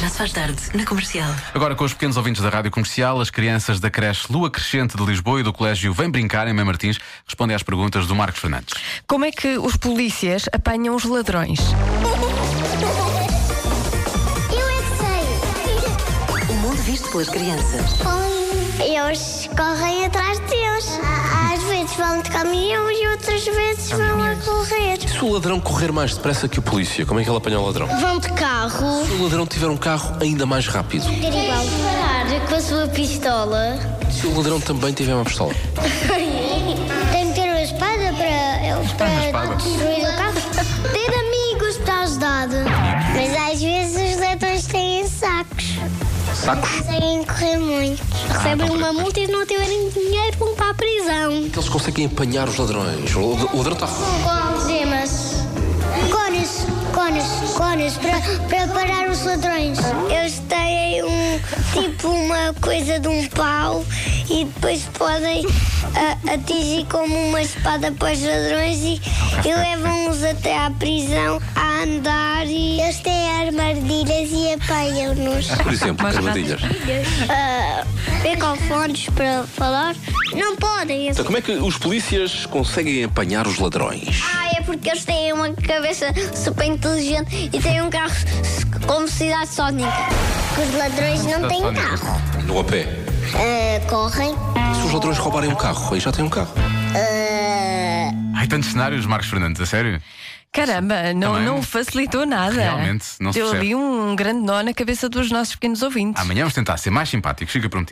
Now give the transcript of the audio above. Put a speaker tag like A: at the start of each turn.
A: Já se faz tarde na comercial.
B: Agora com os pequenos ouvintes da Rádio Comercial, as crianças da creche Lua Crescente de Lisboa e do Colégio Vem Brincar em Mãe Martins respondem às perguntas do Marcos Fernandes.
C: Como é que os polícias apanham os ladrões?
D: Eu é que sei.
A: O mundo visto pelas crianças.
D: Eles correm atrás deles. Às vezes vão de caminhão e outras vezes vão a correr.
E: Se o ladrão correr mais depressa que o polícia, como é que ele apanha o ladrão?
D: Vão de carro.
E: Se o ladrão tiver um carro ainda mais rápido,
D: Igual. parar com a sua pistola.
E: se o ladrão também tiver uma pistola,
D: Tem que ter uma espada para,
B: espada.
D: para destruir o carro. Ter amigos para ajudar. Mas às vezes os ladrões têm sacos.
E: sacos,
D: Conseguem correr muito. Recebem uma multa e não tiverem dinheiro vão para a prisão.
E: que eles conseguem apanhar os ladrões. O lad- o ladrão tá está.
D: Com gemas. Cones, cones, cones, para, para parar os ladrões. Eles têm um, tipo uma coisa de um pau e depois podem a- atingir como uma espada para os ladrões e, e levam-os até à prisão a andar. E... Eles têm armadilhas e apanham-nos. Ah,
E: Por exemplo,
C: Mas
E: armadilhas.
D: Microfones para falar. Não podem.
E: Então, como é que os polícias conseguem apanhar os ladrões?
D: Ah, é porque eles têm uma cabeça super inteligente e têm um carro s- com velocidade sónica. Os ladrões não têm carro. Ah,
E: No a pé.
D: correm.
E: Se os ladrões roubarem um carro, aí já tem um carro.
D: Ah,
B: Ai, tantos cenários, Marcos Fernandes, a sério?
C: Caramba, não,
B: Também.
C: não facilitou nada.
B: Realmente, não se
C: Deu ali
B: percebe.
C: um grande nó na cabeça dos nossos pequenos ouvintes.
B: Amanhã vamos tentar ser mais simpáticos, fica prometido.